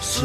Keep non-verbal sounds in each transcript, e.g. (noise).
是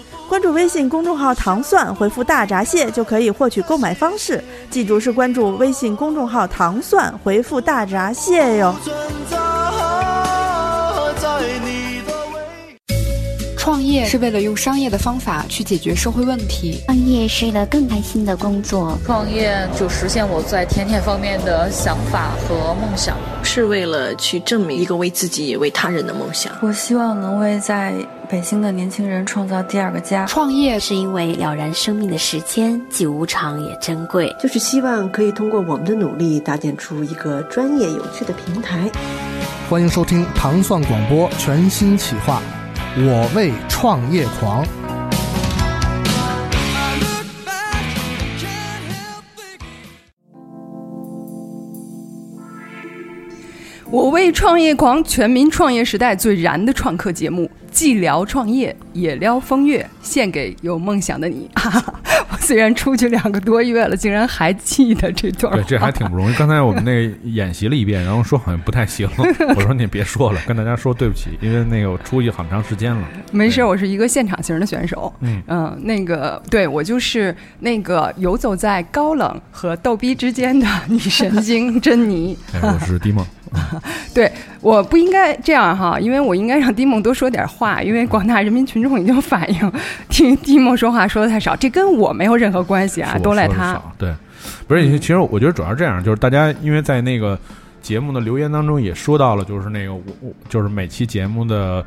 关注微信公众号“糖蒜”，回复“大闸蟹”就可以获取购买方式。记住是关注微信公众号“糖蒜”，回复“大闸蟹”哟。创业是为了用商业的方法去解决社会问题。创业是一个更开心的工作。创业就实现我在甜甜方面的想法和梦想。是为了去证明一个为自己也为他人的梦想。我希望能为在北京的年轻人创造第二个家。创业是因为了然生命的时间既无常也珍贵。就是希望可以通过我们的努力，搭建出一个专业有趣的平台。欢迎收听糖蒜广播全新企划《我为创业狂》。我为创业狂，全民创业时代最燃的创客节目，既聊创业也聊风月，献给有梦想的你。 (laughs) 哈哈，我虽然出去两个多月了，竟然还记得这段。对，这还挺不容易。刚才我们那个演习了一遍，然后说好像不太 (laughs) 行，我说你别说了，跟大家说对不起，因为那个我出去好长时间了。没事，我是一个现场型的选手。嗯嗯，那个对我就是那个游走在高冷和逗逼之间的女神经珍妮。哎，我是迪梦。对，我不应该这样哈，因为我应该让迪梦多说点话，因为广大人民群众已经反映，听迪梦说话说的太少，这跟我没有任何关系啊，是我都赖说的他。少。对，不是，其实我觉得主要是这样，就是大家因为在那个节目的留言当中也说到了，就是那个我我就是每期节目的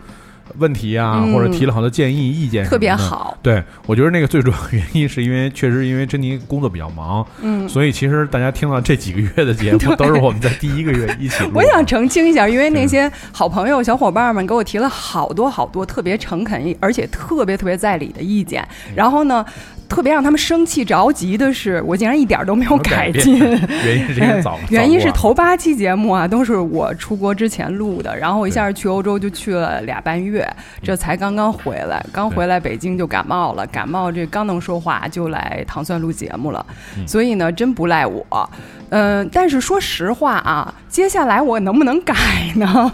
问题啊，嗯或者提了好多建议意见，特别。好，对，我觉得那个最主要原因是因为确实因为珍妮工作比较忙，嗯。所以其实大家听到这几个月的节 (laughs) 目都是我们在第一个月一起录的。我想澄清一下，因为那些好朋友、小伙伴们给我提了好多好多特别诚恳，而且特别特别在理的意见。然后呢，特别让他们生气着急的是，我竟然一点儿都没有改进。原因是因为早， (laughs) 原因是头头八期节目啊，都是我出国之前录的，然后我一下去欧洲就去了俩半月，嗯这才刚刚回来，刚回来北京就感冒了，感冒这刚能说话就来糖蒜录节目了，嗯所以呢，真不赖我。嗯，但是说实话啊，接下来我能不能改 (laughs) 呢？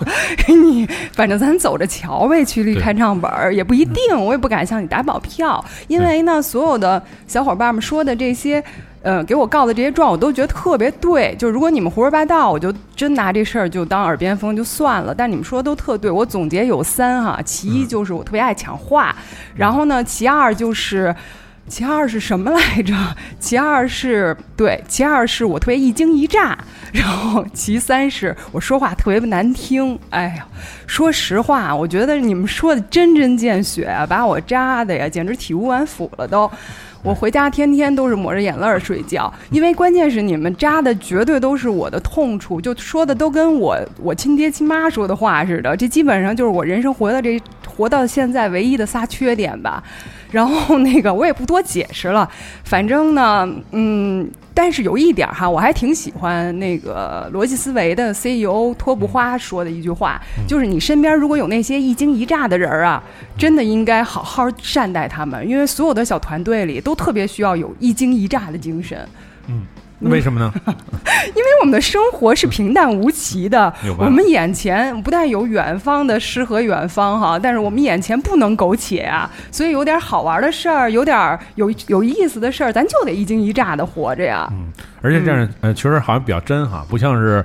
你反正咱走着瞧呗，去立对开账本儿也不一定，我也不敢向你打保票，因为呢，所有的小伙伴们说的这些。呃，给我告的这些状，我都觉得特别对。就是如果你们胡说八道，我就真拿这事儿就当耳边风就算了。但你们说的都特对，我总结有三哈，其一就是我特别爱抢话，然后呢，其二就是。其二是什么来着？其二是对，其二是我特别一惊一乍，然后其三是我说话特别难听。哎呀，说实话，我觉得你们说的针针见血啊，把我扎的呀，简直体无完肤了都。我回家天天都是抹着眼泪儿睡觉，因为关键是你们扎的绝对都是我的痛处，就说的都跟我我亲爹亲妈说的话似的，这基本上就是我人生活到这活到现在唯一的仨缺点吧。然后那个我也不多解释了，反正呢，嗯，但是有一点儿哈，我还挺喜欢那个逻辑思维的 CEO 托布花说的一句话，就是你身边如果有那些一惊一乍的人儿啊，真的应该好好善待他们，因为所有的小团队里都特别需要有一惊一乍的精神，为什么呢？因为我们的生活是平淡无奇的有，吧我们眼前不但有远方的诗和远方哈，但是我们眼前不能苟且啊，所以有点好玩的事儿，有点儿有有意思的事儿，咱就得一惊一乍的活着呀。而且这嗯样，呃，其实好像比较真哈，不像是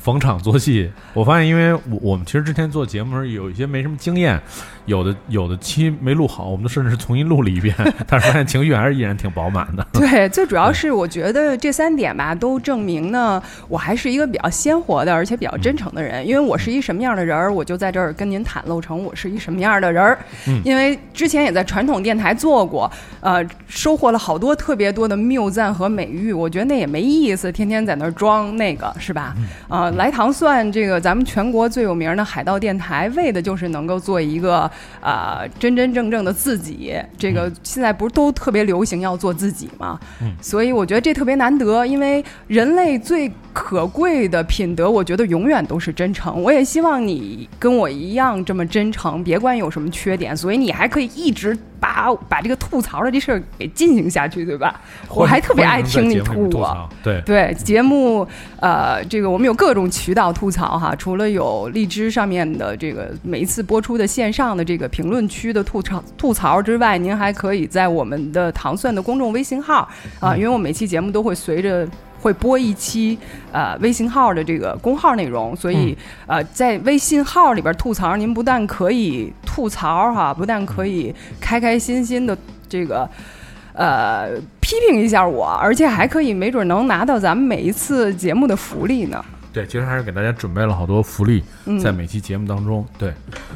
逢场作戏。我发现，因为我我们其实之前做节目时有一些没什么经验，有的有的期没录好，我们都甚至重新录了一遍， (laughs) 但是发现情绪还是依然挺饱满的。 (laughs) 对，最主要是我觉得这三点吧，都证明呢，我还是一个比较鲜活的，而且比较真诚的人。因为我是一什么样的人儿，我就在这儿跟您袒露成我是一什么样的人儿。因为之前也在传统电台做过，呃，收获了好多特别多的谬赞和美誉，我觉得那也没意思，天天在那儿装那个是吧？啊、来糖蒜这个咱们全国最有名的海盗电台，为的就是能够做一个啊、呃真真正正的自己。这个现在不是都特别流行要做自己嘛，嗯所以我觉得这特别难得，因为人类最可贵的品德，我觉得永远都是真诚。我也希望你跟我一样这么真诚，别管有什么缺点，所以你还可以一直把把这个吐槽的这事儿给进行下去，对吧？ (laughs) 我还特别爱听你啊欢迎在节目里面吐我。槽，对，对节目，呃，这个我们有各种渠道吐槽哈，除了有荔枝上面的这个每一次播出的线上的这个评论区的吐槽吐槽之外，您还可以在我们的糖蒜的公众微信号啊、因为我每期节目都会随着。会播一期呃微信号的这个公号内容，所以、呃在微信号里边吐槽，您不但可以吐槽哈，不但可以开开心心的这个呃批评一下我，而且还可以没准能拿到咱们每一次节目的福利呢。对，其实还是给大家准备了好多福利嗯，在每期节目当中。对，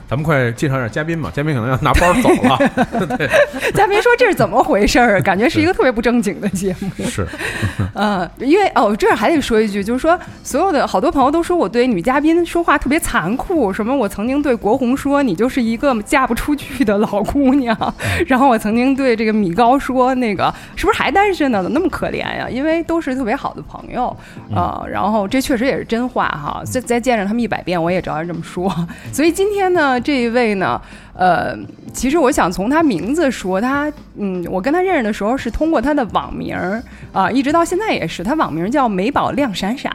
咱们快介绍一下嘉 (laughs) 宾吧，嘉宾可能要拿包走 (laughs) 了。咱别说这是怎么回事儿，感觉是一个特别不正经的节目。是，嗯，因为哦，这儿还得说一句，就是说所有的好多朋友都说我对女嘉宾说话特别残酷，什么我曾经对国红说你就是一个嫁不出去的老姑娘，然后我曾经对这个米高说那个是不是还单身呢？怎么那么可怜呀？因为都是特别好的朋友啊、然后这确实也是真话哈，再再见着他们一百遍我也照样这么说。 (laughs) 所以今天呢，这一位呢。呃，其实我想从他名字说，他嗯，我跟他认识的时候是通过他的网名儿啊、一直到现在也是，他网名叫美宝亮闪闪，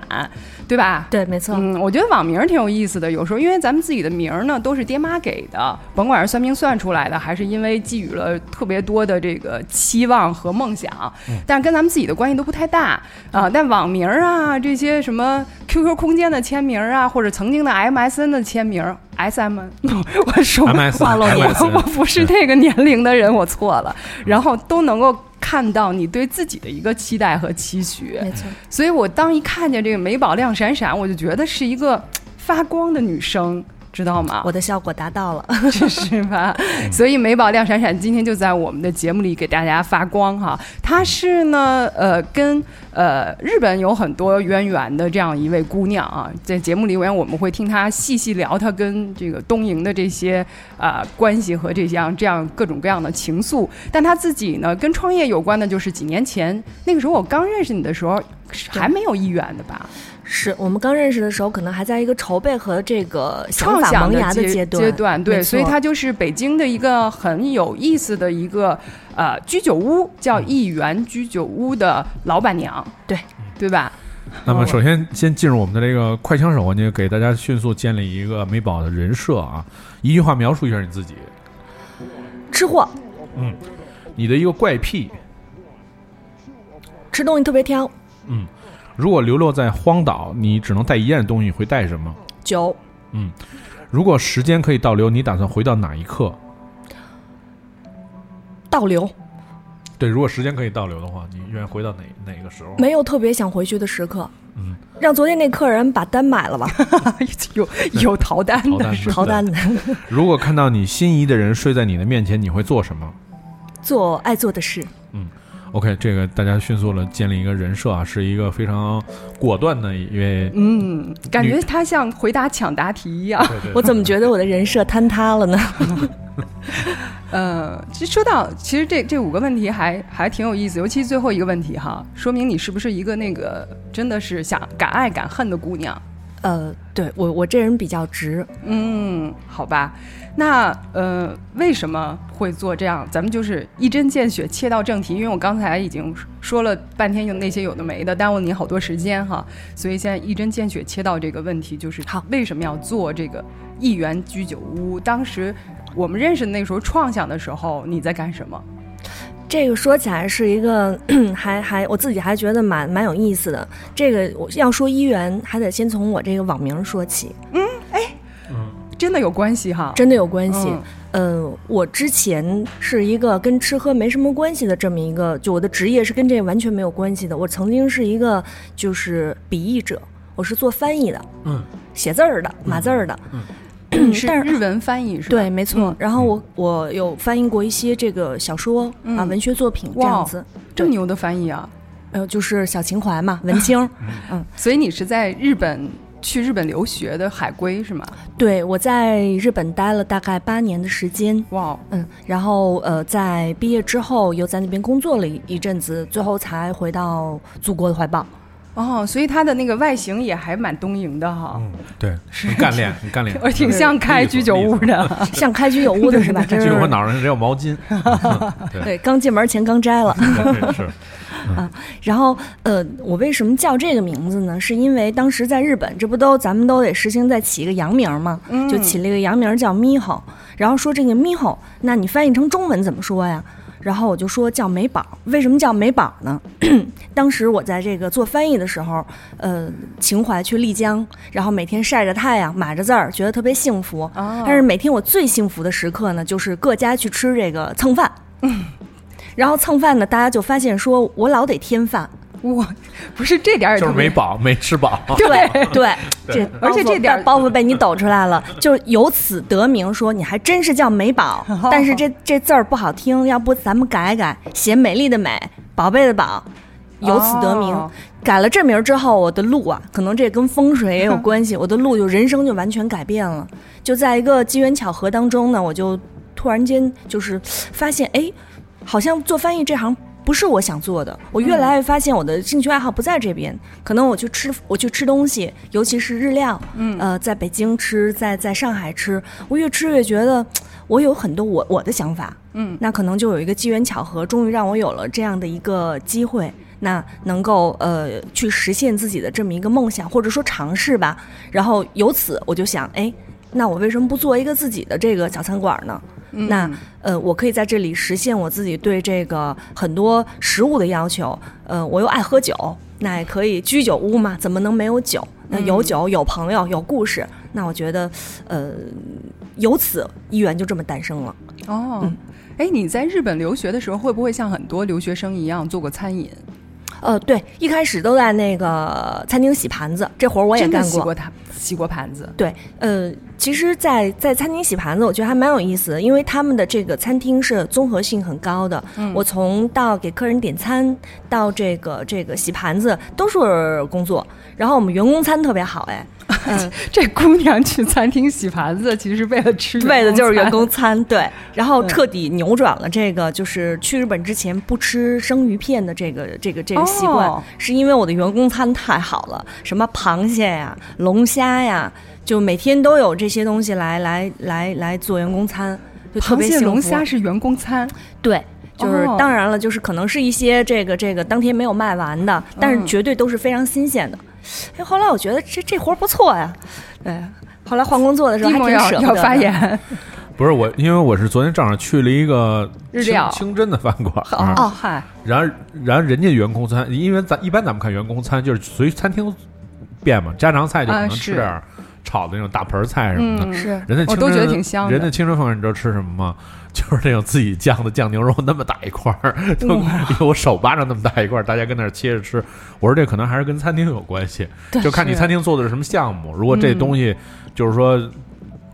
对吧？对，没错。嗯，我觉得网名儿挺有意思的。有时候因为咱们自己的名儿呢，都是爹妈给的，甭管是算命算出来的，还是因为寄予了特别多的这个期望和梦想，但是跟咱们自己的关系都不太大啊、但网名儿啊，这些什么 QQ 空间的签名儿啊，或者曾经的 MSN 的签名儿，SM，我 (laughs) 说 MS 忘了我 MSN 我不是那个年龄的人，我错了。然后都能够看到你对自己的一个期待和期许。没错，所以我当一看见这个美宝亮闪闪，我就觉得是一个发光的女生，知道吗？我的效果达到了。这 (laughs) 是吧？所以美宝亮闪闪今天就在我们的节目里给大家发光哈。她是呢，呃，跟呃日本有很多渊源的这样一位姑娘啊，在节目里面我们会听她细细聊她跟这个东瀛的这些啊、关系和这样这样各种各样的情愫。但她自己呢，跟创业有关的，就是几年前那个时候我刚认识你的时候，是还没有意愿的吧？是我们刚认识的时候，可能还在一个筹备和这个想创法想萌芽阶阶段。阶段，对，没所以错它就是北京的一个很有意思的一个呃居酒屋，叫一元居酒屋的老板娘，对对吧？ (laughs) 那么首先先进入我们的这个快枪手环节，给大家迅速建立一个美宝的人设啊，一句话描述一下你自己，吃货，你的一个怪癖。吃东西特别挑，如果流落在荒岛，你只能带一样东西，会带什么？酒，如果时间可以倒流，你打算回到哪一刻？倒流，对，如果时间可以倒流的话，你愿意回到哪哪个时候？没有特别想回去的时刻。嗯，让昨天那客人把单买了吧，有有 (laughs) 逃单逃的单是对吧？逃单的，如果看到你心仪的人睡在你的面前，你会做什么做爱做的事。 ？OK，这个大家迅速的建立一个人设啊，是一个非常果断的一 (laughs) 位。嗯，感觉她像回答抢答题一样。 (laughs) 对对我怎么觉得我的人设坍塌了呢？呃，其实说到，其实这这五个问题还还挺有意思，尤其最后一个问题哈，说明你是不是一个那个真的是想敢爱敢恨的姑娘。呃，对我我这人比较直，嗯，好吧，那呃，为什么会做这样？咱们就是一针见血，切到正题，因为我刚才已经说了半天有那些有的没的，耽误你好多时间哈，所以现在一针见血切到这个问题，就是好为什么要做这个一元居酒屋？当时我们认识的那时候创想的时候，你在干什么？这个说起来是一个， (clears throat) 还还我自己还觉得蛮蛮有意思的。这个我要说一元，还得先从我这个网名说起，真的有关系哈？真的有关系。 (clears throat) 嗯呃，我之前是一个跟吃喝没什么关系的这么一个，就我的职业是跟这个完全没有关系的。我曾经是一个就是笔译者，我是做翻译的，嗯，写字儿的，码字儿的，嗯是但是日文翻译是吧？对，没错。嗯然后我我有翻译过一些这个小说、啊，嗯文学作品这哇样子，这么牛的翻译啊！ (laughs) 呃，就是小情怀嘛，文青。所以你是在日本去日本留学的海归是吗？对，我在日本待了大概八年的时间。哇，哦嗯，然后呃，在毕业之后又在那边工作了一一阵子，最后才回到祖国的怀抱。哦，所以他的那个外形也还蛮东瀛的哈，嗯对， (laughs) 很干练，很干练，我挺像开居酒屋的，啊像开居酒 (laughs) 屋的是吧？居酒屋脑上只有毛 (laughs) 巾。对，刚进门前刚摘了。 (laughs) 是。啊，然后呃，我为什么叫这个名字呢？是因为当时在日本，这不都咱们都得实行再起一个洋名嘛，(laughs) 嗯就起了一个洋名叫咪吼。然后说这个咪吼，那你翻译成中文怎么说呀？然后我就说叫美宝，为什么叫美宝呢？ (clears throat) 当时我在这个做翻译的时候，呃，秦淮去丽江，然后每天晒着太阳，码着字儿，觉得特别幸福。哦但是每天我最幸福的时刻呢，就是各家去吃这个蹭饭。 (laughs) 然后蹭饭呢，大家就发现说我老得添饭，我不是这点儿也就是特别没饱，没吃饱。 (laughs) 对对，对这而且这点儿包袱嗯被你抖出来了，就由此得名说你还真是叫美 (laughs) 宝，但是这这字儿不好听，要不咱们改改，写美丽的美，宝贝的宝，由此得名。哦改了这名儿之后，我的路啊，可能这跟风水也有关系，我的路就人生就完全改变了。就在一个机缘巧合当中呢，我就突然间就是发现，哎，好像做翻译这行不是我想做的。我越来越发现我的兴趣爱好不在这边，可能我去吃我去吃东西，尤其是日料，嗯，呃，在北京吃，在在上海吃，我越吃越觉得我有很多我我的想法，嗯，那可能就有一个机缘巧合，终于让我有了这样的一个机会。那能够呃去实现自己的这么一个梦想，或者说尝试吧。然后由此我就想，哎，那我为什么不做一个自己的这个小餐馆呢？嗯那呃，我可以在这里实现我自己对这个很多食物的要求。呃，我又爱喝酒，那也可以居酒屋嘛，怎么能没有酒？那有酒，有朋友，有故事。那我觉得，呃，由此一元就这么诞生了。哦。哎，你在日本留学的时候，会不会像很多留学生一样做过餐饮？呃，对，一开始都在那个餐厅洗盘子，这活儿我我也干洗过过。它，洗过盘子。对，呃，其实在，在餐厅洗盘子，我觉得还蛮有意思的，因为他们的这个餐厅是综合性很高的。嗯我从到给客人点餐，到这个这个洗盘子，都是工作。然后我们员工餐特别好，哎， (laughs) 这姑娘去餐厅洗盘子，其实是为了吃，为的就是员员工。 (laughs) 餐，对，然嗯后彻底扭转了这个，就是去日本之前不吃生鱼片的这个这个这个习惯，哦是因为我的员工餐太好了，什么螃蟹呀、龙虾呀，就每天都有这些东西来来来来做员工餐，就特螃别蟹、幸福龙虾是员工餐，对。就是哦当然了，就是可能是一些这个这个当天没有卖完的，但是绝对都是非常新鲜的。哎，后来我觉得这这活儿不错呀，对。后来换工作的时候蒂还莫挺要舍不要得发的言。不是我，因为我是昨天正好去了一个日清 (laughs) 料清真的饭馆啊，哦嗨，然后然后人家员工餐，因为咱一般咱们看员工餐就是随餐厅变嘛，家常菜就可能啊是吃点儿炒的那种大盆菜什么的。嗯，是人家清我都觉得真挺香人家的清真饭馆你知道吃什么吗？ (laughs) 就是那种自己酱的酱牛肉那么大一块儿， (laughs) 就有我手巴掌那么大一块儿，大家跟那儿切着吃。我说这可能还是跟餐厅有关系，就看你餐厅做的是什么项目。如果这嗯东西就是说。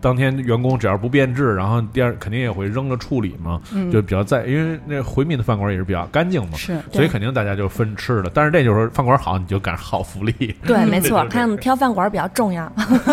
当天员工只要不变质，然后第二肯定也会扔了处理嘛，嗯就比较在，因为那回民的饭馆也是比较干净嘛，是所以肯定大家就分吃的。但是这就是饭馆好，你就赶上好福利。对，没对错对，啊看我们挑饭馆儿比较重要。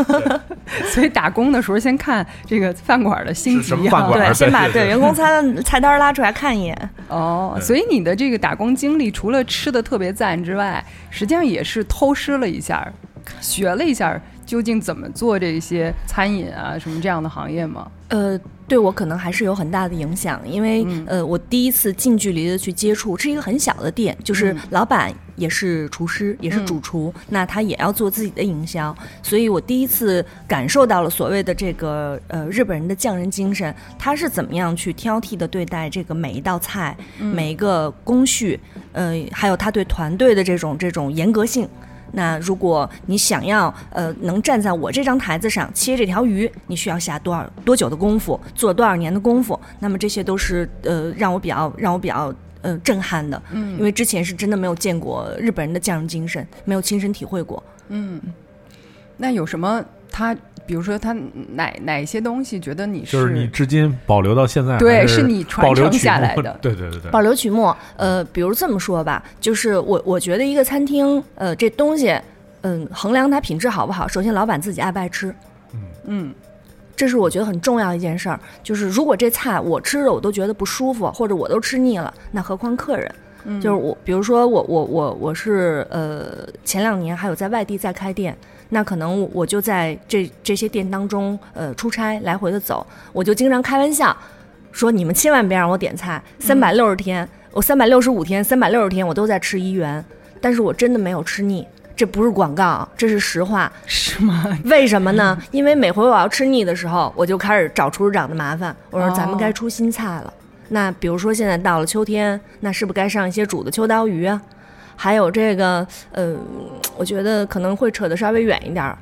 (laughs) 所以打工的时候先看这个饭馆的星是级什么啊饭馆儿先把对对对员工餐菜单儿拉出来看一眼。哦，对所以你的这个打工经历，除了吃的特别赞之外，实际上也是偷师了一下儿，学了一下儿究竟怎么做这些餐饮啊什么这样的行业吗？呃，对我可能还是有很大的影响，因为、嗯呃，我第一次近距离的去接触是一个很小的店，就是嗯老板也是厨师，也是主厨，那他也要做自己的营销，所以我第一次感受到了所谓的这个呃日本人的匠人精神，他是怎么样去挑剔的对待这个每一道菜、每一个工序，呃，还有他对团队的这种这种严格性。那如果你想要呃能站在我这张台子上切这条鱼，你需要下多少多久的功夫，做多少年的功夫？那么这些都是呃让我比较让我比较呃震撼的，嗯，因为之前是真的没有见过日本人的匠人精神，没有亲身体会过。嗯那有什么他，比如说他哪哪些东西觉得你是就是你至今保留到现在，对还是你传保留承曲下目来的对对对对，保留曲目，呃，比如这么说吧，就是我我觉得一个餐厅，呃，这东西嗯，衡量它品质好不好，首先老板自己爱不爱吃，嗯，这是我觉得很重要一件事儿。就是如果这菜我吃着我都觉得不舒服，或者我都吃腻了，那何况客人？嗯就是我，比如说我我我我是呃前两年还有在外地在开店，那可能我就在这这些店当中呃出差来回的走，我就经常开玩笑说你们千万别让我点菜，三百六十天、我三百六十五天三百六十天我都在吃一元，但是我真的没有吃腻。这不是广告，啊这是实话。是吗？为什么嗯呢？因为每回我要吃腻的时候，我就开始找厨师长的麻烦。我说哦咱们该出新菜了。那比如说现在到了秋天，那是不是该上一些煮的秋刀鱼啊？还有这个，呃，我觉得可能会扯得稍微远一点儿。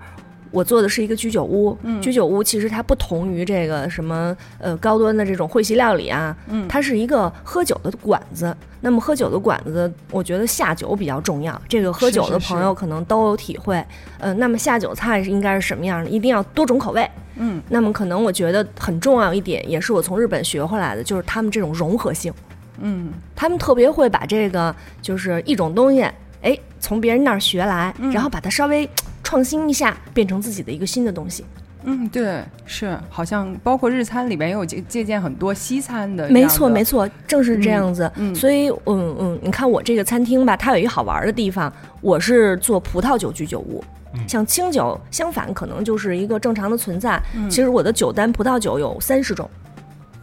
我做的是一个居酒屋，嗯居酒屋其实它不同于这个什么呃高端的这种会席料理啊，嗯它是一个喝酒的馆子。那么喝酒的馆子，我觉得下酒比较重要，这个喝是酒是的是朋友可能都有体会。呃，那么下酒菜是应该是什么样的？一定要多种口味。嗯，那么可能我觉得很重要一点，也是我从日本学回来的，就是他们这种融合性。嗯，他们特别会把这个就是一种东西，哎，从别人那儿学来，然后把它稍微创新一下，变成自己的一个新的东西。嗯，对，是，好像包括日餐里边也有借借鉴很多西餐的，没错，没错，错，正是这样子。嗯嗯所以，嗯嗯，你看我这个餐厅吧，它有一个好玩的地方，我是做葡萄酒居酒屋。像清酒，相反可能就是一个正常的存在。其实我的酒单葡萄酒有三十种，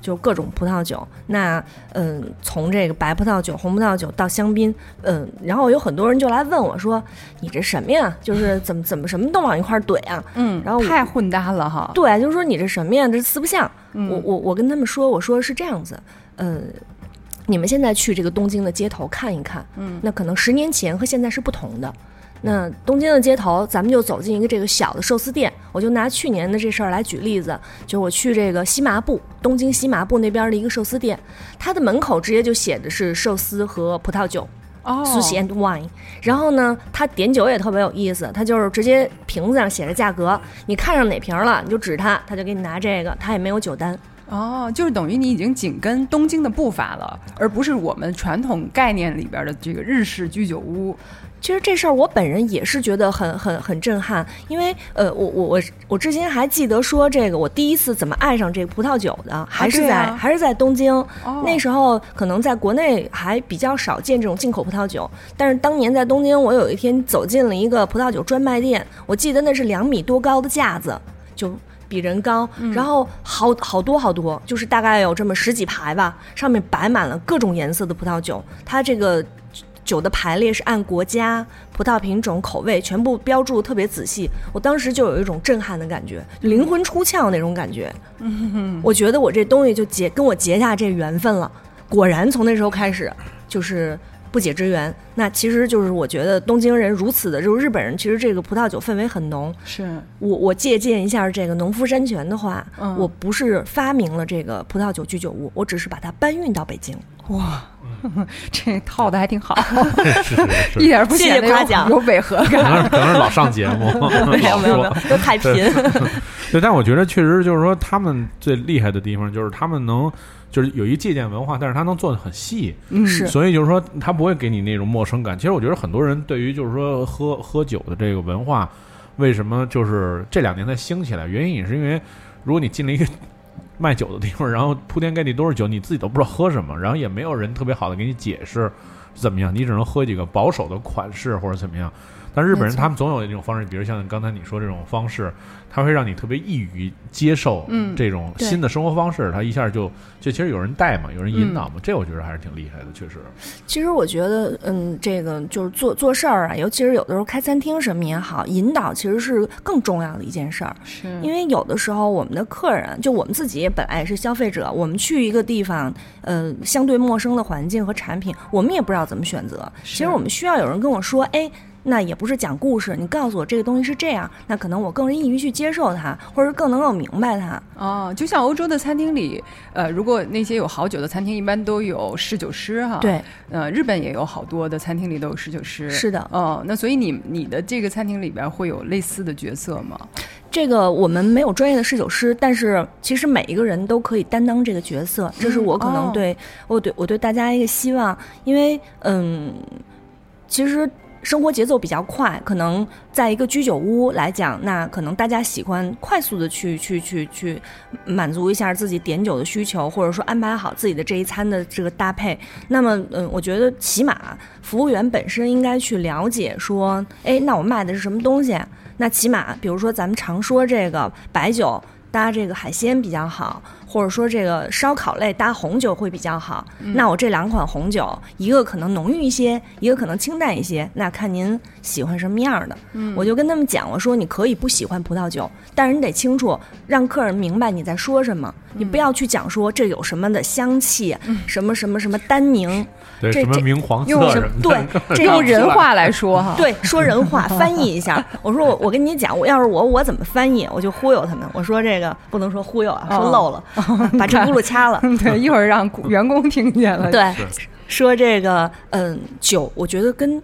就各种葡萄酒。那嗯，从这个白葡萄酒、红葡萄酒到香槟，嗯，然后有很多人就来问我说：“你这什么呀？就是怎么怎么什么都往一块儿怼啊？”嗯，然后我太混搭了哈，对，啊就是说你这什么呀？这四不像。嗯我我我跟他们说，我说是这样子，呃，你们现在去这个东京的街头看一看，嗯那可能十年前和现在是不同的。那东京的街头，咱们就走进一个这个小的寿司店，我就拿去年的这事儿来举例子，就我去这个西麻布，东京西麻布那边的一个寿司店，它的门口直接就写的是寿司和葡萄酒。哦， sushi and wine。然后呢，它点酒也特别有意思，它就是直接瓶子上写着价格，你看上哪瓶了，你就指它，它就给你拿这个，它也没有酒单。哦，就是等于你已经紧跟东京的步伐了，而不是我们传统概念里边的这个日式居酒屋。其实这事儿我本人也是觉得很很很震撼，因为呃，我我我我至今还记得说这个我第一次怎么爱上这个葡萄酒的，还是对在、啊还是在东京。哦，那时候可能在国内还比较少见这种进口葡萄酒，但是当年在东京，我有一天走进了一个葡萄酒专卖店，我记得那是两米多高的架子，就比人高，然后好好多好多，就是大概有这么十几排吧，上面摆满了各种颜色的葡萄酒，它这个。酒的排列是按国家、葡萄品种、口味全部标注得特别仔细，我当时就有一种震撼的感觉，灵魂出窍那种感觉。我觉得我这东西就结跟我结下这缘分了。果然从那时候开始就是不解之缘。那其实就是我觉得东京人如此的，就是日本人，其实这个葡萄酒氛围很浓。是我我借鉴一下这个农夫山泉的话，嗯我不是发明了这个葡萄酒居酒屋，我只是把它搬运到北京。哇，这套的还挺好，是是一是，点儿不谢显谢得夸有奖有违和可能感。是可能是老上节 (laughs) 目，没有没有 (laughs) 没老有说，又太贫。对，但我觉得确实就是说，他们最厉害的地方就是他们能，就是有一借鉴文化，但是他能做的很细，嗯， (laughs) 是所以就是说他不会给你那种陌生感。其实我觉得很多人对于就是说喝喝酒的这个文化，为什么就是这两年才兴起来？原因也是因为，如果你进了一个 (laughs) 卖酒的地方，然后铺天盖地都是酒，你自己都不知道喝什么，然后也没有人特别好的给你解释怎么样，你只能喝几个保守的款式或者怎么样。但日本人他们总有一种方式，比如像刚才你说这种方式，它会让你特别易于接受嗯这种对新的生活方式，他一下就就其实有人带嘛，有人引嗯导嘛，这我觉得还是挺厉害的，确实。其实我觉得，嗯，这个就是做做事儿啊，尤其是有的时候开餐厅什么也好，引导其实是更重要的一件事儿。是，因为有的时候我们的客人，就我们自己也本来也是消费者，我们去一个地方，呃，相对陌生的环境和产品，我们也不知道怎么选择。其实我们需要有人跟我说，哎。那也不是讲故事，你告诉我这个东西是这样，那可能我更易于去接受它，或者更能够明白它。哦，就像欧洲的餐厅里，呃，如果那些有好酒的餐厅，一般都有侍酒师哈。，对，呃，日本也有好多的餐厅里都有侍酒师。是的哦，那所以你你的这个餐厅里边会有类似的角色吗？这个我们没有专业的侍酒师，但是其实每一个人都可以担当这个角色，这是我可哦能对、我对我对大家一个希望，因为嗯，其实生活节奏比较快，可能在一个居酒屋来讲，那可能大家喜欢快速的去去去去满足一下自己点酒的需求，或者说安排好自己的这一餐的这个搭配。那么，嗯，我觉得起码服务员本身应该去了解说，哎，那我卖的是什么东西？那起码，比如说咱们常说这个白酒搭这个海鲜比较好，或者说这个烧烤类搭红酒会比较好。嗯那我这两款红酒，一个可能浓郁一些，一个可能清淡一些，那看您喜欢什么样的。嗯我就跟他们讲，我说你可以不喜欢葡萄酒，但是你得清楚，让客人明白你在说什么。你嗯不要去讲说这有什么的香气，什么什么什么单宁，对这什么这明黄色用什什么么的对，这用一人出话来说哈，对，说人话，翻译一下。我说我我跟你讲，我要是我我怎么翻译？我就忽悠他们。我说这个不能说忽悠啊，说哦漏了，把这轱辘掐 (laughs) 了。 (laughs) 对，一会儿让员工听见了，对，说这个嗯酒，我觉得跟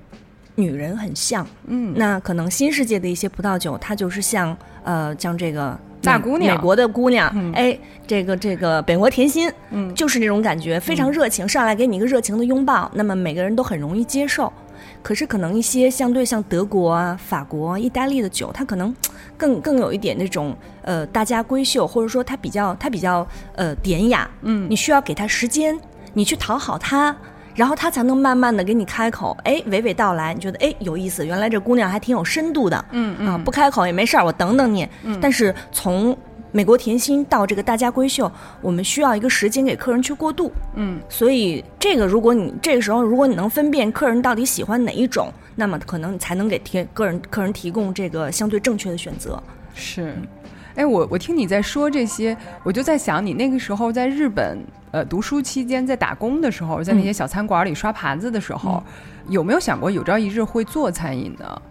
女人很像。嗯，那可能新世界的一些葡萄酒，它就是像呃像这个大美姑娘美国的姑娘，嗯哎，这个这个北国甜心，嗯就是那种感觉，非常热情，上来给你一个热情的拥抱，那么每个人都很容易接受。可是可能一些相对像德国啊、法国、啊、意大利的酒，它可能更更有一点那种呃大家闺秀，或者说它比较它比较呃典雅，嗯你需要给他时间，你去讨好他，然后他才能慢慢的给你开口，哎，娓娓道来，你觉得哎有意思，原来这姑娘还挺有深度的，嗯嗯啊，不开口也没事儿，我等等你。但是从美国甜心到这个大家闺秀，我们需要一个时间给客人去过渡，嗯所以这个如果你这个时候如果你能分辨客人到底喜欢哪一种，那么可能你才能给提个人客人提供这个相对正确的选择。是。哎，我我听你在说这些，我就在想，你那个时候在日本呃读书期间，在打工的时候，在那嗯些小餐馆里刷盘子的时候，有没有想过有朝一日会做餐饮呢？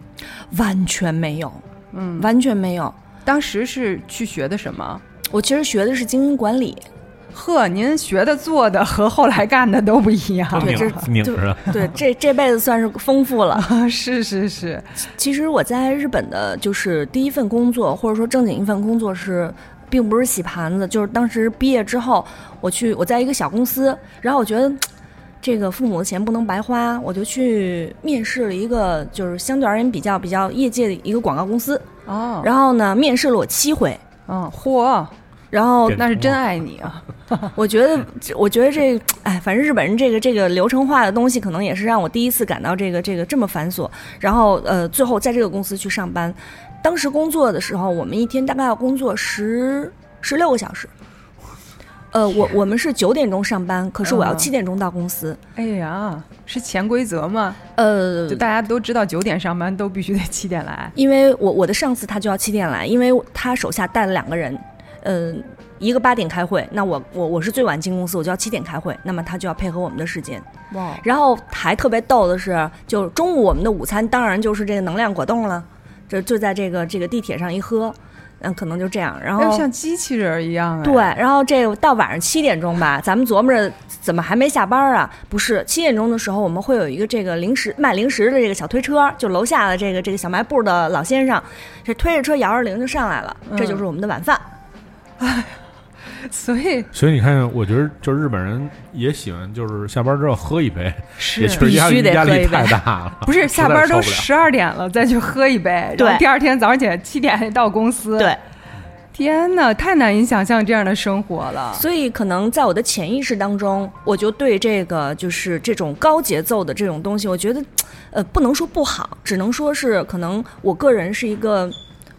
完全没有，嗯，完全没有。当时是去学的什么？我其实学的是经营管 (laughs) 理，呵，您学的、做的和后来干的都不一样。拧这 (laughs) 拧着，对，这这辈子算是丰富了。 (laughs) 是是是，其实我在日本的就是第一份工作，或者说正经一份工作是，并不是洗盘子，就是当时毕业之后，我去我在一个小公司，然后我觉得。嘖嗯这个父母的钱不能白花，我就去面试了一个，就是相对而言比较比较业界的一个广告公司。哦，然后呢，面试了我七回，嗯，嚯，然后对那是真爱你啊！我觉得，我觉得这，哎，反正日本人这个这个流程化的东西，可能也是让我第一次感到这个这个这么繁琐。然后呃，最后在这个公司去上班，当时工作的时候，我们一天大概要工作十十六个小时。呃，我我们是九点钟上班，可是我要嗯七点钟到公司。哎呀，是潜规则吗？呃就，大家都知道九点上班都必须得七点来。因为我我的上司他就要七点来，因为他手下带了两个人，嗯、一个八点开会，那我我我是最晚进公司，我就要七点开会，那么他就要配合我们的时间。哇，然后还特别逗的是，就中午我们的午餐当然就是这个能量果冻了，这就在这个这个地铁上一喝，嗯，可能就这样。然要后哎像机器人儿一样、哎。对，，然后这个到晚上七点钟吧，咱们琢磨着怎么还没下班啊？不是七点钟的时候，我们会有一个这个零食卖零食的这个小推车，就楼下的这个这个小卖部的老先生，这推着车摇着铃就上来了，这就是我们的晚饭。所以所以你看，我觉得就是日本人也喜欢，就是下班之后喝一杯，也是确实压必须力得压喝力一杯太大了，不是实在下受班不都了十二点了再去喝一杯，然后对第二天早上起来七点还到公司。，对，天哪，太难以想象这样的生活了。所以可能在我的潜意识当中，我就对这个就是这种高节奏的这种东西，我觉得，呃，不能说不好，只能说是可能我个人是一个。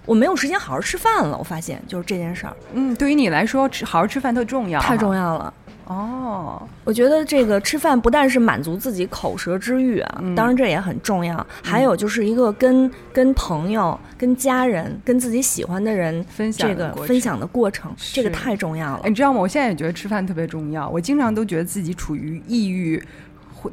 我没有时间好好吃饭了，我发现就是这件事儿嗯，对于你来说，吃好好吃饭特重要，太重要了。要哦。我觉得这个吃饭不但是满足自己口舌之欲啊，嗯当然这也很重要，还有就是一个跟跟朋友、跟家人、跟自己喜欢的人分享这的个过程分享的过程，这个是太重要了 (laughs) 哎，。你知道吗？我现在也觉得吃饭特别重要，我经常都觉得自己处于抑郁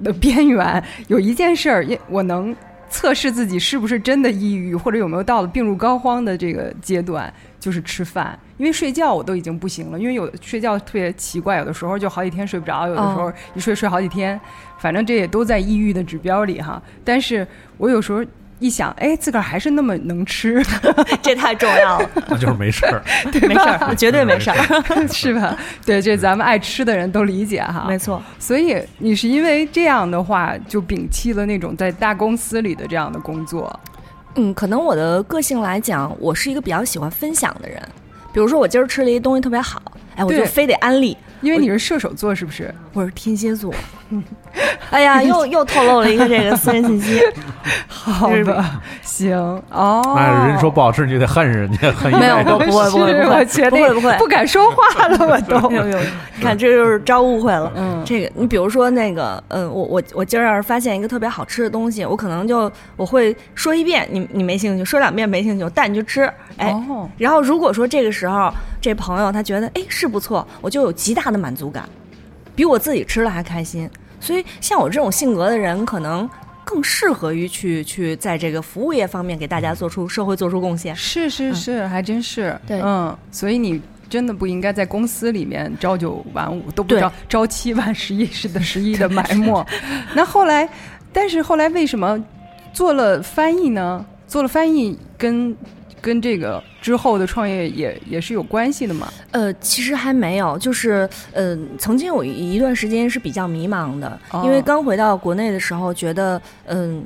的边缘。有一件事儿，也我能测试自己是不是真的抑郁，或者有没有到了病入膏肓的这个阶段，就是吃饭。因为睡觉我都已经不行了，因为有睡觉特别奇怪，有的时候就好几天睡不着，有的时哦候一睡睡好几天，反正这也都在抑郁的指标里哈。但是我有时候一想，哎，自个儿还是那么能吃， (laughs) 这太重要了。那就是没事儿，对没事儿，绝对没事 (laughs) 儿，是吧？对，这咱们爱吃的人都理解哈，没错。所以你是因为这样的话，就摒弃了那种在大公司里的这样的工作。嗯，可能我的个性来讲，我是一个比较喜欢分享的人。比如说，我今儿吃了一东西特别好，哎，我就对非得安利。因为你是射手座，是不是？我是天蝎座。 (laughs) 哎呀，又又透露了一个这个私人信息。好吧，行哦。那人说不好吃，你就得恨人家，恨一没有，辈子不不不 (laughs) 不，是我觉得不会不会不敢说话了，我都。 (laughs) 没有没有，你看这就是招误会了。嗯，这个你比如说那个，嗯，我我我今儿要是发现一个特别好吃的东西，我可能就我会说一遍，你你没兴趣；说两遍没兴趣，我带你去吃。哎，哦然后如果说这个时候这朋友他觉得哎是不错，我就有极大的满足感，比我自己吃了还开心。所以像我这种性格的人，可能。更适合于去去在这个服务业方面给大家做出社会做出贡献，是是是，还真是。嗯对嗯，所以你真的不应该在公司里面朝九晚五，都不对朝朝七晚十一是的十一 (laughs) 的埋没。 (laughs) 那后来，但是后来为什么做了翻译呢？做了翻译跟跟这个之后的创业也也是有关系的嘛？呃，其实还没有，就是呃，曾经有一一段时间是比较迷茫的，因为哦刚回到国内的时候，觉得嗯、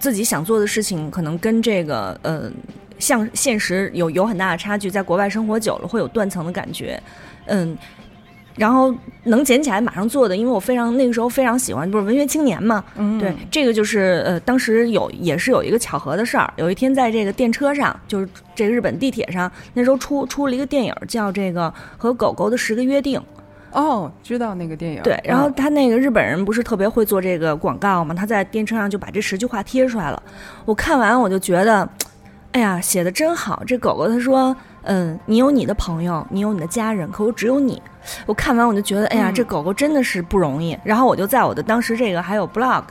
自己想做的事情可能跟这个呃，像现实有有很大的差距，在国外生活久了会有断层的感觉，嗯。然后能捡起来马上做的，因为我非常那个时候非常喜欢，不是文学青年嘛，嗯对，这个就是呃，当时有也是有一个巧合的事儿。有一天在这个电车上，就是这个日本地铁上，那时候出出了一个电影儿叫这个《和狗狗的十个约定》。哦，知道那个电影。对，然后嗯他那个日本人不是特别会做这个广告嘛，他在电车上就把这十句话贴出来了。我看完我就觉得，哎呀，写的真好。这狗狗他说，嗯，你有你的朋友，你有你的家人，可我只有你。我看完我就觉得，哎呀，嗯这狗狗真的是不容易。然后我就在我的当时这个还有 blog，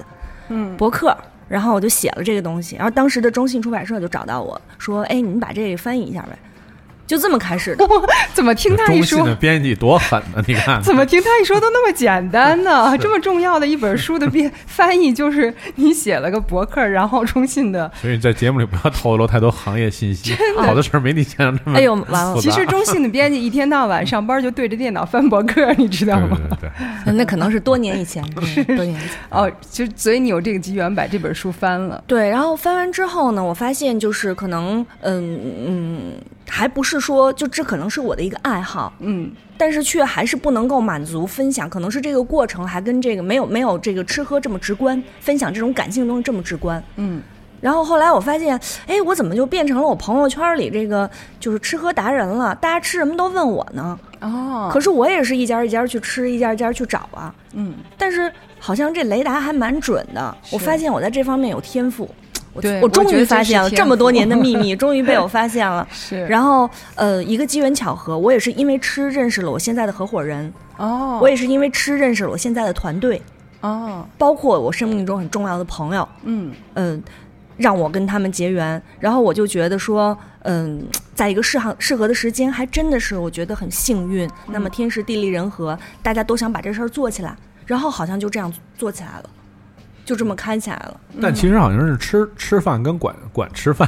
嗯，博客，然后我就写了这个东西，然后当时的中信出版社就找到我说：“哎，你把这个翻译一下呗。”就这么开始的。 (laughs) 怎么听他一中信说的，编辑多狠呢、你看，怎么听他一说都那么简单 (laughs) 呢？这么重要的一本书的编翻译，就是你写了个博客，然后中信的。所以在节目里不要透露太多行业信息，真的好多事儿没你想象这么哎呦完了复杂其实中信的编辑一天到晚上班就对着电脑翻博客，你知道吗？那可能是多年以前，嗯多年以前。哦，就所以你有这个机缘把这本书翻了。对，然后翻完之后呢，我发现就是可能，嗯嗯，还不是说就这可能是我的一个爱好，嗯，但是却还是不能够满足分享，可能是这个过程还跟这个没有没有这个吃喝这么直观，分享这种感性的东西这么直观，嗯，然后后来我发现，哎，我怎么就变成了我朋友圈里这个就是吃喝达人了？大家吃什么都问我呢？哦可是我也是一家一家去吃，一家一家去找啊。嗯，但是好像这雷达还蛮准的，我发现我在这方面有天赋。我对我终我觉于得这发现了是天赋这么多年的秘 (laughs) 密，终于被我发现了。是然后呃，一个机缘巧合，我也是因为吃认识了我现在的合伙人，哦，我也是因为吃认识了我现在的团队，哦，包括我生命中很重要的朋友。嗯嗯，让我跟他们结缘。然后我就觉得说，嗯，在一个适合适合的时间，还真的是我觉得很幸运。那么天时地利人和，大家都想把这事儿做起来，然后好像就这样做起来了，就这么开起来了。嗯但其实好像是吃吃饭跟管管吃饭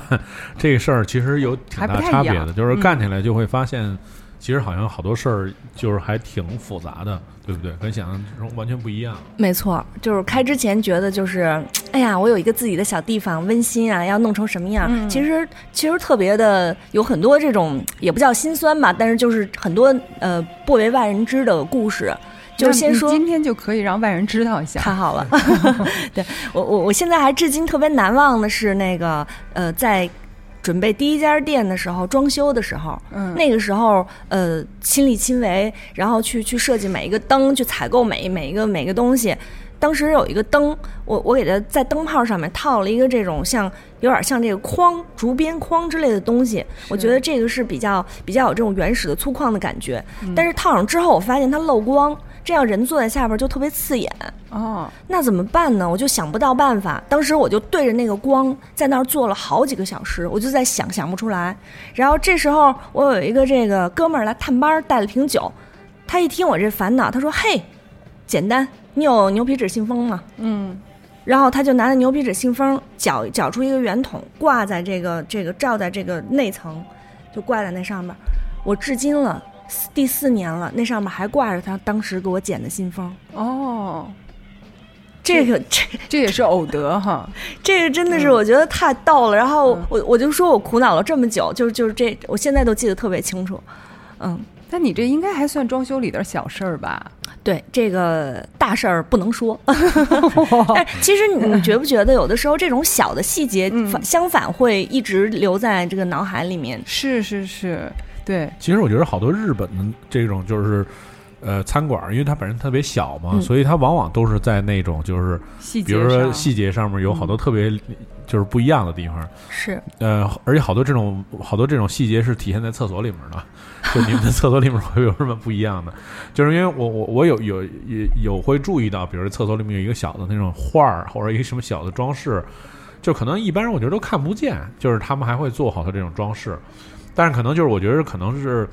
这个事儿，其实有挺大差别还不太一的，样嗯就是干起来就会发现，其实好像好多事儿就是还挺复杂的，对不对？跟想象中完全不一样。没错，就是开之前觉得就是，哎呀，我有一个自己的小地方，温馨啊，要弄成什么样？嗯其实其实特别的，有很多这种也不叫心酸吧，但是就是很多呃不为外人知的故事。就是先说那你今天就可以让外人知道一下。太好了，对我我我现在还至今特别难忘的是那个呃，在准备第一家店的时候，装修的时候，嗯那个时候呃亲力亲为，然后去去设计每一个灯，去采购每每一个每个东西。当时有一个灯，我我给它在灯泡上面套了一个这种像有点像这个框、竹编框之类的东西，我觉得这个是比较比较有这种原始的粗犷的感觉。但是套上之后，我发现它漏光，这样人坐在下边就特别刺眼。哦，那怎么办呢？我就想不到办法。当时我就对着那个光在那儿坐了好几个小时，我就在想，想不出来。然后这时候我有一个这个哥们儿来探班儿，带了瓶酒，他一听我这烦恼，他说：“嘿，简单，你有牛皮纸信封吗嗯，？”然后他就拿着牛皮纸信封绞绞出一个圆筒，挂在这个这个罩在这个内层，就挂在那上面。我至今了四第四年了，那上面还挂着他当时给我剪的信封。哦，这个这这也是偶得哈，这个真的是我觉得太逗了。然后我我就说我苦恼了这么久，就是就是这，我现在都记得特别清楚。嗯，那你这应该还算装修里的小事儿吧？对，这个大事儿不能说。但 (laughs) 其实你觉不觉得，有的时候这种小的细节，反相反会一直留在这个脑海里 (laughs) 面？是是是，对。其实我觉得好多日本的这种就是，呃，餐馆，因为它本身特别小嘛，嗯所以它往往都是在那种就是细节比如说上嗯细节上面有好多特别就是不一样的地方。是，呃，而且好多这种好多这种细节是体现在厕所里面的，就你们的厕所里面会有什么不一样的？就是因为我我我有有有有会注意到，比如说厕所里面有一个小的那种画儿，或者一个什么小的装饰，就可能一般人我觉得都看不见，就是他们还会做好的这种装饰，但是可能就是我觉得可能是。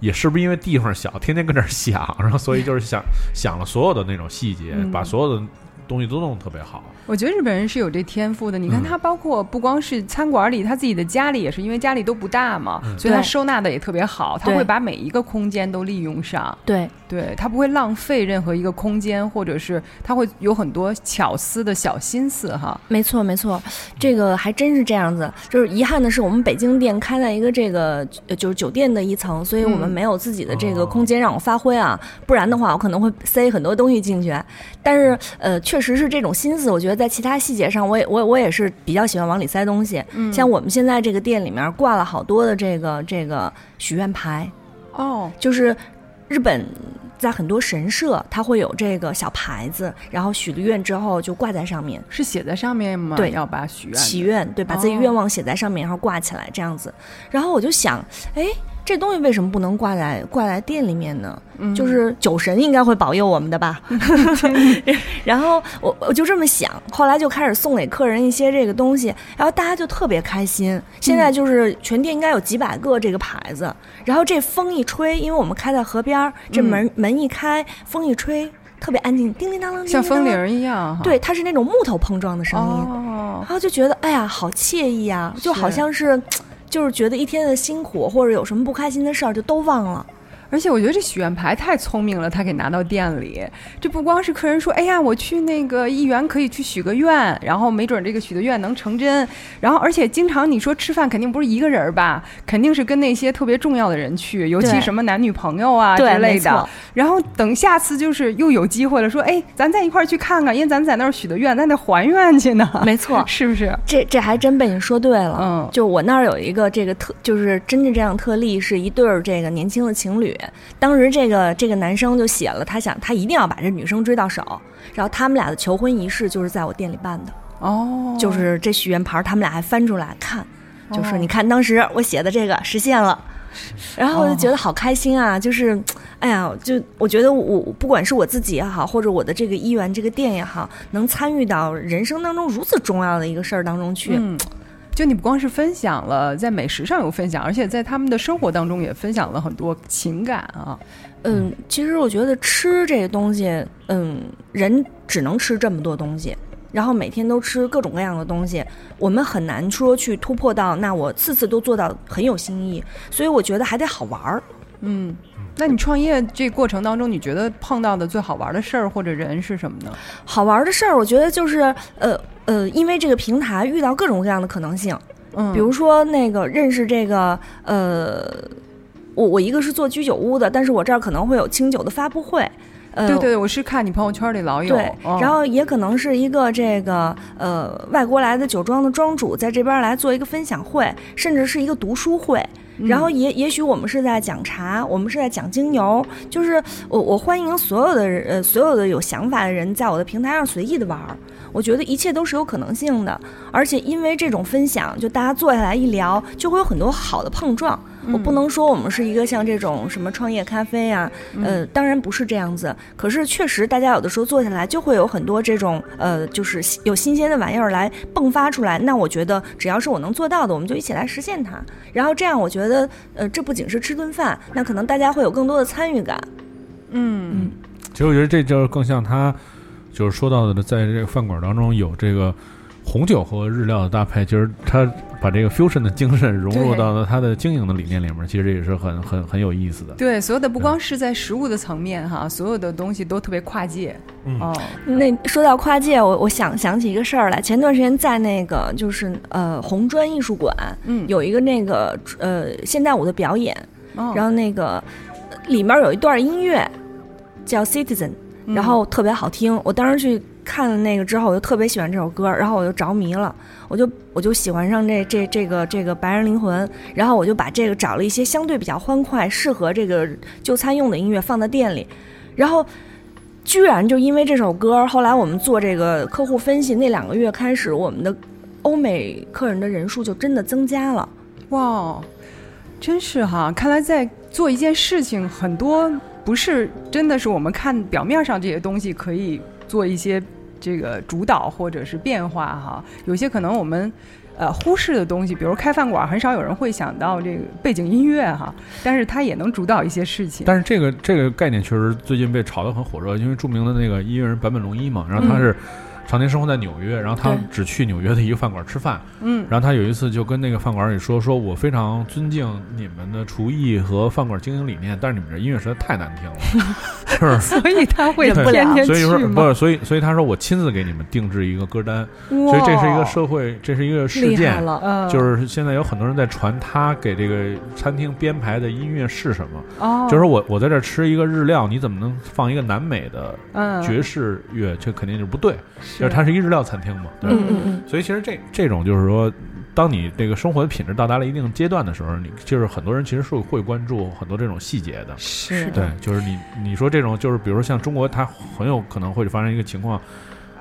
也是不是因为地方小，天天跟这儿想，然后所以就是想想了所有的那种细节，嗯把所有的东西都弄得特别好。我觉得日本人是有这天赋的。你看嗯他，包括不光是餐馆里，他自己的家里也是，因为家里都不大嘛，嗯所以他对收纳的也特别好。他对会把每一个空间都利用上，对对他不会浪费任何一个空间，或者是他会有很多巧思的小心思哈。没错，没错，这个还真是这样子。就是遗憾的是，我们北京店开在一个这个呃就是酒店的一层，所以我们没有自己的这个空间让我发挥啊。不然的话，我可能会塞很多东西进去。但是呃，确实是这种心思，我觉得在其他细节上，我也我我也是比较喜欢往里塞东西。嗯像我们现在这个店里面挂了好多的这个这个许愿牌，哦，就是日本在很多神社，它会有这个小牌子，然后许了愿之后就挂在上面。是写在上面吗？对要把许愿的祈愿，对，把自己哦愿望写在上面，然后挂起来这样子。然后我就想，哎，这东西为什么不能挂在挂在店里面呢？嗯就是酒神应该会保佑我们的 (laughs) 吧？ (laughs) 然后我我就这么想，后来就开始送给客人一些这个东西，然后大家就特别开心。现嗯在就是全店应该有几百个这个牌子，然后这风一吹，因为我们开在河边儿，这门、嗯门一开，风一吹。特别安静，叮叮当当，叮像叮当风当铃儿一样哈。对，它是那种木头碰撞的声音，哦然后就觉得哎呀，好惬意啊，就好像是，就是觉得一天的辛苦或者有什么不开心的事儿就都忘了。而且我觉得这许愿牌太聪明了，他给拿到店里，这不光是客人说，哎呀，我去那个一元可以去许个愿，然后没准这个许的愿能成真。然后而且经常你说吃饭肯定不是一个人儿吧，肯定是跟那些特别重要的人去，尤其对什么男女朋友啊之对类没的错。然后等下次就是又有机会了，说，哎，咱再一块儿去看看，因为咱们在那儿许的愿，咱得还愿去呢。没错是不是？这这还真被你说对了，嗯就我那儿有一个这个特，就是真正这样特例，是一对儿这个年轻的情侣。当时这个这个男生就写了，他想他一定要把这女生追到手，然后他们俩的求婚仪式就是在我店里办的，哦，就是这许愿牌儿他们俩还翻出来看，就哦说你看当时我写的这个实现了。然后我就觉哦得好开心啊！就是，哎呀，就我觉得我不管是我自己也好，或者我的这个医院这个店也好，能参与到人生当中如此重要的一个事儿当中去，嗯，就你不光是分享了在美食上有分享，而且在他们的生活当中也分享了很多情感啊。嗯，其实我觉得吃这个东西，嗯，人只能吃这么多东西，然后每天都吃各种各样的东西，我们很难说去突破到，那我次次都做到很有新意，所以我觉得还得好玩儿。嗯，那你创业这过程当中，你觉得碰到的最好玩的事儿或者人是什么呢？好玩儿的事儿，我觉得就是，呃呃，因为这个平台遇到各种各样的可能性，嗯，比如说那个认识这个呃，我我一个是做居酒屋的，但是我这儿可能会有清酒的发布会，呃，对对，我是看你朋友圈里老有，对，嗯然后也可能是一个这个呃外国来的酒庄的庄主在这边来做一个分享会，甚至是一个读书会。嗯然后也也许我们是在讲茶，我们是在讲精油，就是我我欢迎所有的人呃所有的有想法的人在我的平台上随意的玩儿，我觉得一切都是有可能性的，而且因为这种分享，就大家坐下来一聊，就会有很多好的碰撞。我不能说我们是一个像这种什么创业咖啡呀、呃，当然不是这样子。可是确实，大家有的时候坐下来就会有很多这种呃，就是新有新鲜的玩意儿来迸发出来。那我觉得，只要是我能做到的，我们就一起来实现它。然后这样，我觉得呃，这不仅是吃顿饭，那可能大家会有更多的参与感。嗯其实我觉得这就是更像他就是说到的，在这个饭馆当中有这个红酒和日料的搭配，其实他把这个 fusion 的精神融入到了他的经营的理念里面，其实这也是很很很有意思的。对，所有的不光是在食物的层面哈，所有的东西都特别跨界。嗯、哦，那说到跨界，我我想想起一个事儿来。前段时间在那个就是呃红砖艺术馆，嗯，有一个那个呃现代舞的表演，哦然后那个呃里面有一段音乐叫《Citizen》，然嗯嗯后特别好听。我当时去看了那个之后，我就特别喜欢这首歌，然后我就着迷了，我就我就喜欢上这这这个这个白人灵魂，然后我就把这个找了一些相对比较欢快、适合这个就餐用的音乐放在店里，然后。居然就因为这首歌，后来我们做这个客户分析，那两个月开始，我们的欧美客人的人数就真的增加了。哇，真是哈！看来在做一件事情，很多不是真的是我们看表面上这些东西可以做一些这个主导或者是变化哈。有些可能我们呃忽视的东西，比如开饭馆，很少有人会想到这个背景音乐哈，但是它也能主导一些事情。但是这个这个概念确实最近被炒得很火热，因为著名的那个音乐人坂本龙一嘛，然后他是常年生活在纽约，然后他嗯对只去纽约的一个饭馆吃饭，嗯然后他有一次就跟那个饭馆里说，说我非常尊敬你们的厨艺和饭馆经营理念，但是你们这音乐实在太难听了， (laughs) 是不是？所以他会对天天所以去说不吗是，？所以所以他说我亲自给你们定制一个歌单，哇所以这是一个社会，这是一个事厉害件了嗯，就是现在有很多人在传他给这个餐厅编排的音乐是什么，哦就是我我在这吃一个日料，你怎么能放一个南美的嗯爵士乐？这肯定就不对，是就是它是一日料餐厅嘛，对吧嗯嗯嗯所以其实这这种就是说。当你这个生活的品质到达了一定阶段的时候，你就是很多人其实是会关注很多这种细节的。是对的，就是你你说这种，就是比如说像中国，它很有可能会发生一个情况，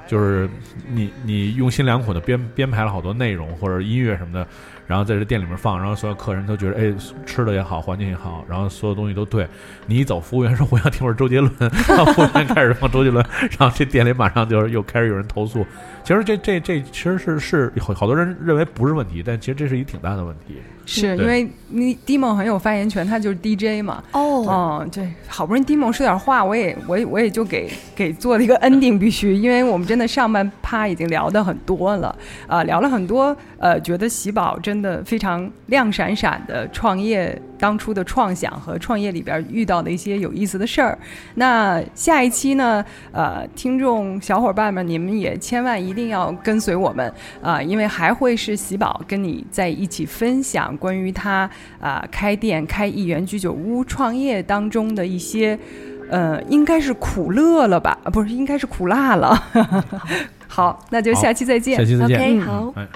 就是你你用心良苦的编编排了好多内容或者音乐什么的，然后在这店里面放，然后所有客人都觉得哎吃的也好，环境也好，然后所有东西都对。你一走，服务员说我要听会儿周杰伦， (laughs) 然后服务员开始放周杰伦，然后这店里马上就是又开始有人投诉。其实这这这其实是是好好多人认为不是问题，但其实这是一挺大的问题。是对因为你 Dimo 很有发言权，他就是 DJ 嘛。哦，嗯，对，好不容易 Dimo 说点话，我也我也我也就给给做了一个 ending，必须，因为我们真的上半趴已经聊的很多了，啊、聊了很多，呃，觉得喜宝真的非常亮闪闪的创业当初的创想和创业里边遇到的一些有意思的事儿。那下一期呢，呃，听众小伙伴们，你们也千万一定要跟随我们啊、因为还会是喜宝跟你在一起分享关于他啊、开店、开一元居酒屋、创业当中的一些，呃，应该是苦乐了 (laughs) 吧？啊不是，应该是苦辣了。好，那就下期再见。下期再见。 OK，嗯好哎